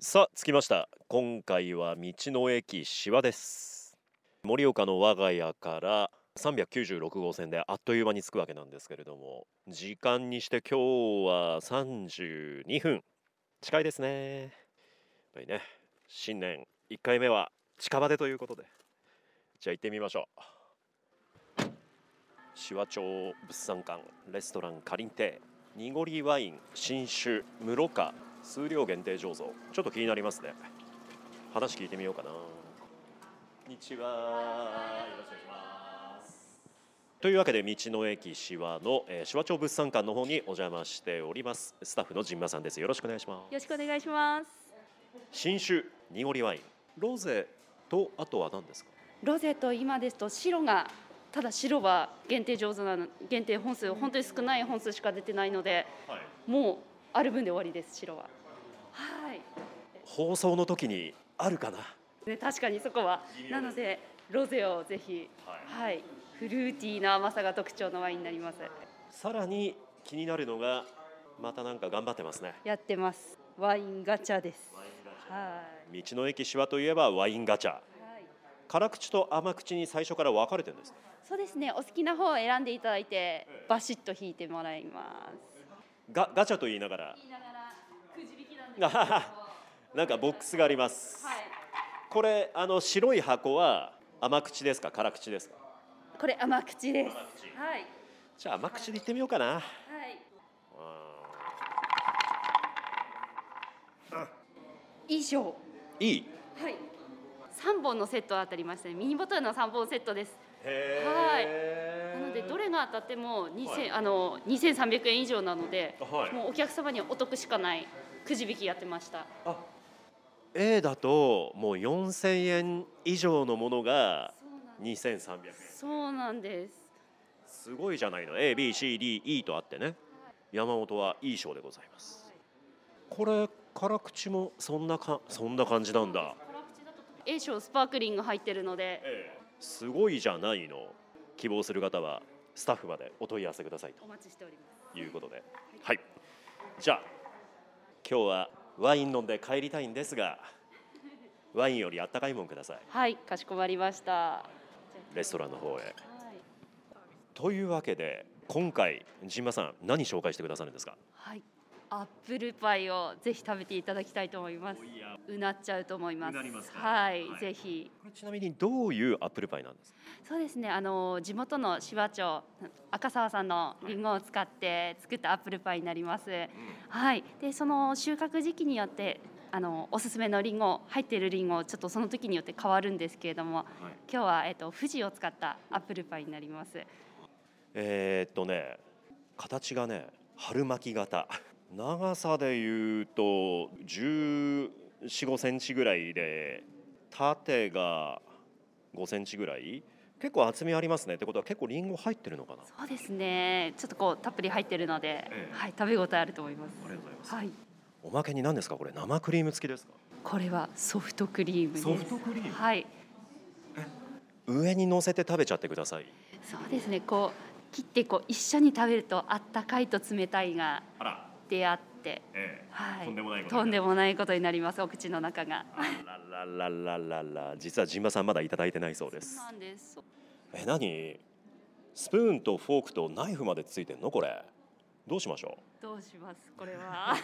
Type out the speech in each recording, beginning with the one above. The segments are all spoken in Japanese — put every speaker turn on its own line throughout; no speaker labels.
さあ着きました今回は道の駅しわです盛岡の我が家から396号線であっという間に着くわけなんですけれども時間にして今日は32分近いですねやっぱりね新年1回目は近場でということでじゃあ行ってみましょう紫波町物産館レストランかりん亭濁りワイン新酒室岡数量限定醸造ちょっと気になりますね話聞いてみようかなこんにちはよろしくお願いしますというわけで道の駅紫波の、えー、紫波町物産館の方にお邪魔しておりますスタッフの陣馬さんですよろしくお願いします
よろしくお願いします。
新酒濁りワインロゼとあとは何ですか
ロゼと今ですと白がただ白は限定上手なの限定本数本当に少ない本数しか出てないので
はい
もうある分で終わりです白は。はい。
放送の時にあるかな
ね確かにそこは
微妙
な
です
のでロゼをぜひ
はい
はいフルーティーな甘さが特徴のワインになります。
さらに気になるのがまたなんか頑張ってますね
やってます。ワインガチャです。は
道の駅しわといえばワインガチャ
い。はい。
辛口と甘口に最初から分かれてるんです
そうですね。お好きな方を選んでいただいてバシッと引いてもらいます。
がガチャと言いながら
言いながらくじ引きなんですけ
あ
ど
ははなんかボックスがありますこれあの白い箱は甘口ですか辛口ですか
これ甘口です。
甘口
はい。はい。
じゃあ甘口でいってみようかな
以上。はい
い。
三本のセット当たりましたね。ミニボトルの三本セットです。
へ
なのでどれが当たっても2000、
はい
あの2300円以上なので、
はい
もうお客様にはお得しかないくじ引きやってました。
あ A だともう4000円以上のものが2300円
そうなんです。
すごいじゃないの ABCDE とあってね山本はいい賞でございますこれ辛口もそんなかそんな感じなんだ
A 賞スパークリング入ってるので、
すごいじゃないの希望する方はスタッフまでお問い合わせください
お待ちしております。
ということではいじゃあ今日はワイン飲んで帰りたいんですがワインよりあったかいもんください
はい、かしこまりました。
レストランの方へ
はい。
というわけで今回陣馬さん何紹介してくださるんですか
はい。アップルパイをぜひ食べていただきたいと思います。うなっちゃうと思います。
うなりますか
はい、
はい
ぜひ。
これちなみにどういうアップルパイなんですか
そうですね。あの地元の紫波町赤沢さんのリンゴを使って作ったアップルパイになります。はい。でその収穫時期によってあのおすすめのリンゴ入っているリンゴちょっとその時によって変わるんですけれども、今日はえっと富士を使ったアップルパイになります。
えー、っとね形がね春巻き型 長さでいうと1 4 5センチぐらいで縦が5センチぐらい結構厚みありますねってことは結構リンゴ入ってるのかな
そうですね。ちょっとこうたっぷり入っているので、
ええ
はい食べ応えあると思います。
りがとうございま
はい。
おまけに何ですかこれ生クリーム付きですか
これはソフトクリームです。
クリー
はい。
上に乗せて食べちゃってください
そうですね。こう切ってこう一緒に食べるとあったかいと冷たいが
あら、
出会って、はい。
とんでもないことになる
とんでもないことになります。お口の中が。
あらららららら実は陣馬さんまだいただいてないそうです
そうなんです。
え何スプーンとフォークとナイフまでついてんのこれどうしましょ
どうします。こ れは。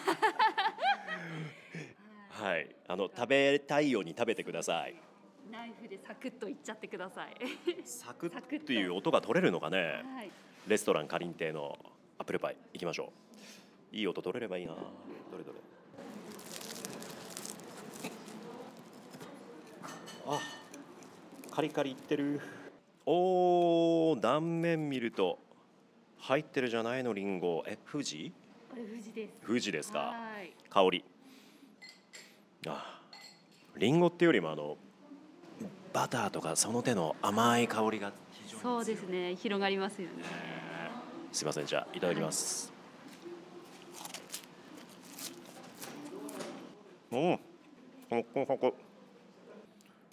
うはいあの食べたいように食べてください
ナイフでサクッといっちゃってください。
サク
サク
ッ
ッと
っていう音が取れるのかね
はい。
レストランかりん亭のアップルパイ行きましょういい音取れればいいなどれどれあカリカリいってるおー断面見ると入ってるじゃないのリンゴえ富士
これ富士です。
富士ですか
はい。
香りあリンゴっていうよりもあのバターとかその手の甘い香りが非常に
そうですね。広がりますよね。
すいませんじゃあいただきます、うんホクホク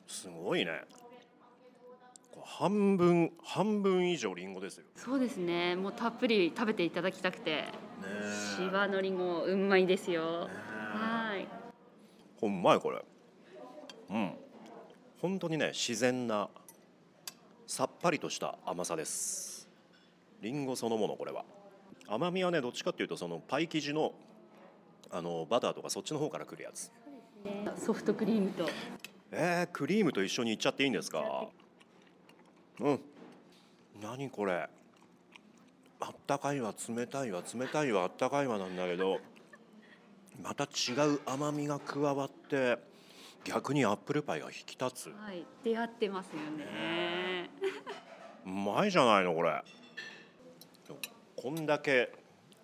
すごいねこう半分半分以上リンゴですよ
そうですね。もうたっぷり食べていただきたくて。
ね
芝のりもうまいですよ。はい。
ほんまやこれうん本当にね自然なさっぱりとした甘さですりんごそのものこれは甘みはねどっちかっていうとそのパイ生地のあのバターとかそっちの方からくるやつ
ソフトクリームと
えー、クリームと一緒にいっちゃっていいんですかうん何これあったかいわ冷たいわ冷たいわあったかいわなんだけどまた違う甘みが加わって逆にアップルパイが引き立つ
はい出会ってますよね。
うまいじゃないのこれこんだけ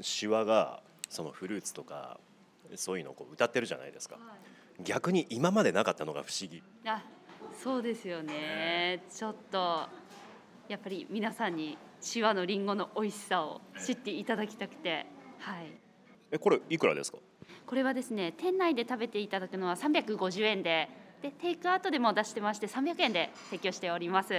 シワがそのフルーツとかそういうのをこう歌ってるじゃないですか
はい
逆に今までなかったのが不思議
あそうですよねちょっとやっぱり皆さんに手話のりんごの美味しさを知っていただきたくて、はい、
えこれいくらですか
これはですね店内で食べていただくのは350円ででテイクアウトでも出してまして300円で提供しております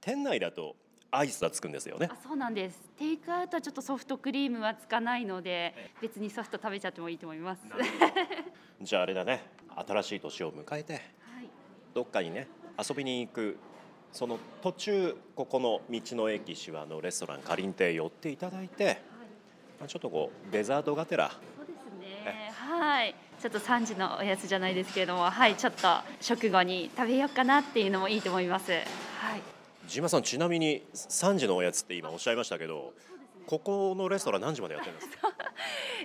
店内だとアイスがつくんですよね
あそうなんですテイクアウトはちょっとソフトクリームはつかないので別にソフト食べちゃってもいいと思います、はい、
じゃああれだね新しい年を迎えてどっかにね遊びに行くその途中ここの道の駅しわのレストランかりん亭寄っていただいて
はい
まあちょっとこうデザートがてら
そうですね。はい。ちょっと3時のおやつじゃないですけれども、はい、ちょっと食後に食べようかなっていうのもいいと思います。はい。
島さんちなみに3時のおやつって今おっしゃいましたけどここのレストラン何時までやってるんですか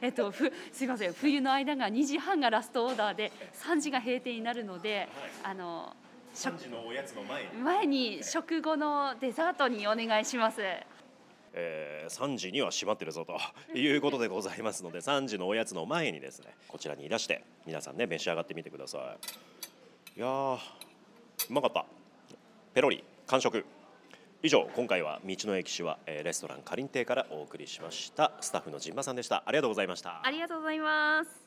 えっと、ふ、すみません。冬の間が2時半がラストオーダーで、3時が閉店になるので、あの。食
時のおやつの前に、
前に食後のデザートにお願いします。
えー3時には閉まってるぞということでございますので3時のおやつの前にですねこちらにいらして皆さんね召し上がってみてくださいいやーうまかったペロリ完食以上今回は道の駅市は、えーレストランかりん亭からお送りしましたスタッフの陣馬さんでしたありがとうございました
ありがとうございます。